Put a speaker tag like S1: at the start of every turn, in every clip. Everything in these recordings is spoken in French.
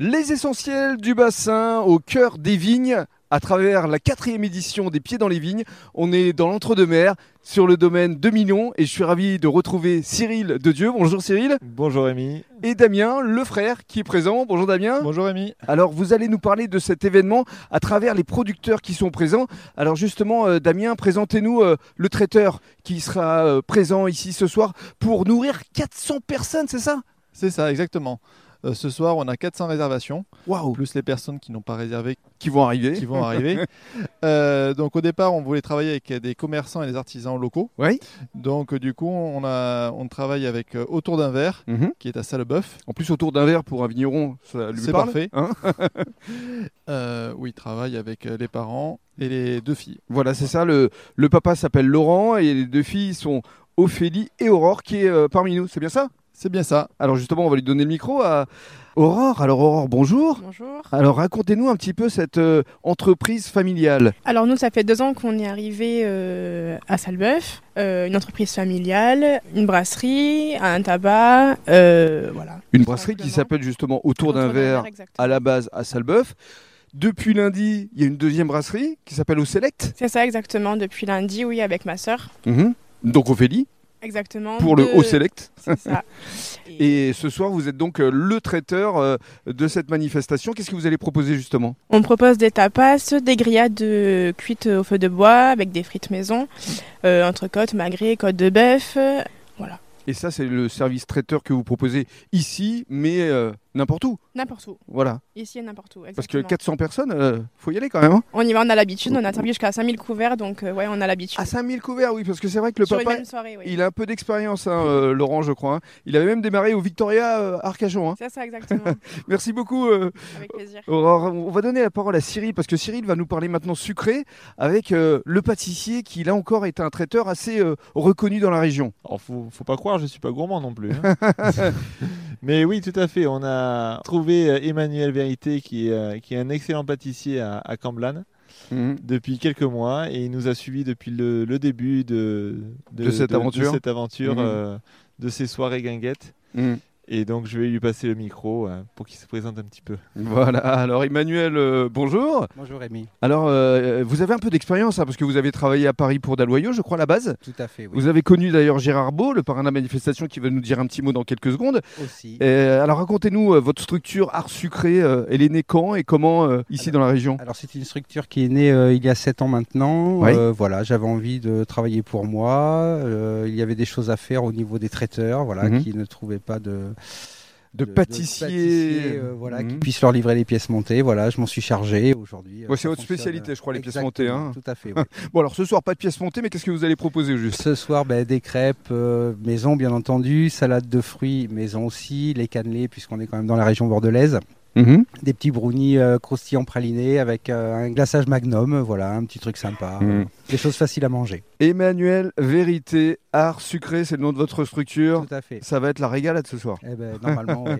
S1: Les essentiels du bassin au cœur des vignes, à travers la quatrième édition des Pieds dans les Vignes. On est dans l'entre-deux-mer, sur le domaine de Mignon, et je suis ravi de retrouver Cyril de Dieu. Bonjour Cyril.
S2: Bonjour Rémi.
S1: Et Damien, le frère, qui est présent. Bonjour Damien.
S2: Bonjour Rémi.
S1: Alors, vous allez nous parler de cet événement à travers les producteurs qui sont présents. Alors, justement, euh, Damien, présentez-nous euh, le traiteur qui sera euh, présent ici ce soir pour nourrir 400 personnes, c'est ça
S2: C'est ça, exactement. Euh, ce soir, on a 400 réservations,
S1: Waouh
S2: plus les personnes qui n'ont pas réservé,
S1: Qui vont arriver.
S2: qui vont arriver. Euh, donc au départ, on voulait travailler avec des commerçants et des artisans locaux.
S1: Oui.
S2: Donc euh, du coup, on, a, on travaille avec euh, Autour d'un verre,
S1: Mhm.
S2: qui est à Sallebeuf,
S1: En plus, autour d'un verre pour un vigneron, ça lui
S2: C'est
S1: parle.
S2: parfait.
S1: hein
S2: euh, où il travaille avec euh, les parents et les deux filles.
S1: Voilà, c'est ça. Le, le papa s'appelle Laurent et les deux filles sont Ophélie et Aurore qui est euh, parmi nous. C'est bien ça
S2: C'est bien ça.
S1: Alors justement, on va lui donner le micro à Aurore. Alors Aurore, bonjour.
S3: Bonjour.
S1: Alors racontez-nous un petit peu cette euh, entreprise familiale.
S3: Alors nous, ça fait deux ans qu'on est arrivé euh, à Salbeuf, euh, une entreprise familiale, une brasserie, un tabac, euh, voilà.
S1: Une brasserie qui
S3: Simplement.
S1: s'appelle justement Autour d'un verre
S3: exact.
S1: à la base à Salbeuf. Depuis lundi, il y a une deuxième brasserie qui s'appelle Au Select.
S3: C'est ça exactement depuis lundi, oui, avec ma sœur.
S1: Mhm. Donc Ophélie
S3: Exactement.
S1: pour le
S3: deux-
S1: Au Select.
S3: C'est ça.
S1: Et ce soir, vous êtes donc euh, le traiteur euh, de cette manifestation. Qu'est-ce que vous allez proposer justement
S3: On propose des tapas, des grillades euh, cuites au feu de bois avec des frites maison, euh, entrecôte, magret, côte de bœuf. euh,
S1: Et ça, c'est le service traiteur que vous proposez ici, mais euh, n'importe où.
S3: N'importe où,
S1: Voilà.
S3: ici et n'importe où.
S1: Parce que
S3: exactement.
S1: 400 personnes, euh, faut y aller quand même. hein.
S3: On y va, on a l'habitude, on a servi jusqu'à 5000 couverts, donc euh, ouais, on a l'habitude.
S1: à 5000 couverts, oui, parce que c'est vrai que Ah, le
S3: Sur
S1: papa,
S3: une même soirée, oui.
S1: il a un peu d'expérience, hein, euh, Laurent, je crois. hein. Il avait même démarré au Victoria euh, Arcachon. hein.
S3: C'est ça, exactement.
S1: Merci beaucoup, euh,
S3: Avec plaisir.
S1: Aurore. On va donner la parole à Cyril, parce que Cyril va nous parler maintenant sucré avec euh, le pâtissier qui, là encore, est un traiteur assez euh, reconnu dans la région.
S4: Alors faut, faut pas croire, je suis pas gourmand non plus. hein. Mais oui, tout à fait. On a trouvé euh, Emmanuel Vérité, qui est, euh, qui est un excellent pâtissier à, à Camblan
S1: Mmh,
S4: depuis quelques mois, et il nous a suivis depuis le, le début de,
S1: De cette aventure.
S4: de, cette aventure,
S1: Mhm.
S4: euh, de ces soirées guinguettes.
S1: Mhm.
S4: Et donc je vais lui passer le micro euh, pour qu'il se présente un petit peu.
S1: Voilà, alors Emmanuel, euh, bonjour.
S5: Bonjour Rémi,
S1: Alors, euh, vous avez un peu d'expérience, hein, parce que vous avez travaillé à Paris pour Daloyau, je crois, à la base.
S5: tout à fait, oui.
S1: Vous avez connu d'ailleurs Gérard Beau, le parrain de la manifestation, qui va nous dire un petit mot dans quelques secondes.
S5: Aussi.
S1: Euh, alors, racontez-nous euh, votre structure Art Sucré, euh, elle est née quand et comment euh, ici dans la région
S5: Alors c'est une structure qui est née euh, il y a 7 ans maintenant.
S1: Oui.
S5: Euh, voilà, j'avais envie de travailler pour moi. Euh, il y avait des choses à faire au niveau des traiteurs, voilà,
S1: Mhm.
S5: qui ne trouvaient pas de
S1: De
S5: pâtissiers, euh,
S1: pâtissier.
S5: voilà, qui
S1: Mhm.
S5: puissent leur livrer les pièces montées. Voilà, je m'en suis chargé aujourd'hui. euh,
S1: Ouais, c'est
S5: ça
S1: votre
S5: fonctionne,
S1: spécialité,
S5: euh,
S1: je crois, les pièces
S5: exactement,
S1: montées, hein.
S5: Tout à fait. oui.
S1: Bon, alors ce soir, pas de pièce montée, mais qu'est-ce que vous allez proposer au juste
S5: Ce soir, ben, des crêpes euh, maison, bien entendu, salade de fruits maison aussi, les cannelés, puisqu'on est quand même dans la région bordelaise.
S1: Mhm.
S5: des petits brownies euh, croustillants pralinés avec euh, un glaçage magnum, euh, voilà, un petit truc sympa,
S1: Mm.
S5: euh, des choses faciles à manger.
S1: Emmanuel Vérité, Art Sucré, c'est le nom de votre structure.
S5: Tout à fait.
S1: Ça va être la régalade ce soir.
S5: Eh ben, normalement, ouais.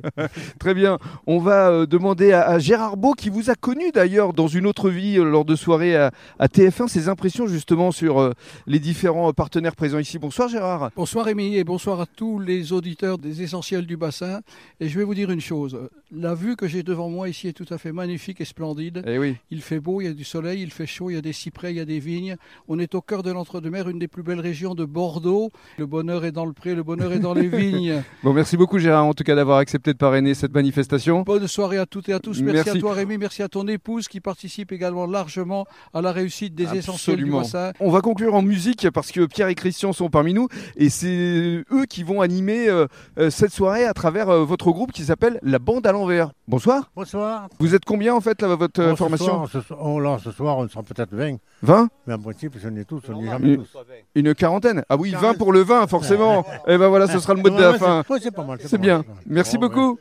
S1: Très bien. On va euh, demander à, à Gérard Beau, qui vous a connu d'ailleurs dans une autre vie euh, lors de soirées à, à TF1, ses impressions justement sur euh, les différents euh, partenaires présents ici. Bonsoir Gérard.
S6: Bonsoir Rémi et bonsoir à tous les auditeurs des Essentiels du Bassin. Et je vais vous dire une chose, la vue que j'ai devant moi ici est tout à fait magnifique et splendide.
S1: Eh oui.
S6: Il fait beau, il y a du soleil, il fait chaud, il y a des cyprès, il y a des vignes. On est au cœur de l'entre-deux-mers, une des plus belles régions de Bordeaux. Le bonheur est dans le pré, le bonheur est dans les vignes.
S1: Bon, merci beaucoup Gérard en tout cas d'avoir accepté de parrainer cette manifestation.
S6: Bonne soirée à toutes et à tous. Merci,
S1: Merci.
S6: à toi Rémi, merci à ton épouse qui participe également largement à la réussite des Essentiels du
S1: Absolument.
S6: Bassin.
S1: On va conclure en musique parce que Pierre et Christian sont parmi nous et c'est eux qui vont animer euh, euh, cette soirée à travers euh, votre groupe qui s'appelle La Bande à l'envers. Bonsoir.
S7: Bonsoir.
S1: Vous êtes combien en fait là, votre euh,
S7: Bon, ce
S1: formation
S7: soir, ce soir- oh là, ce soir, on sera peut-être 20,
S1: 20
S7: mais en principe, on est tous, on n'est
S1: mais-
S7: jamais tous.
S1: Une quarantaine Ah oui, 20
S7: Quarante.
S1: pour le vin forcément. Et ben Eh voilà, ce sera le mot de la fin.
S7: Ouais, c'est pas mal.
S1: C'est bien. Merci beaucoup.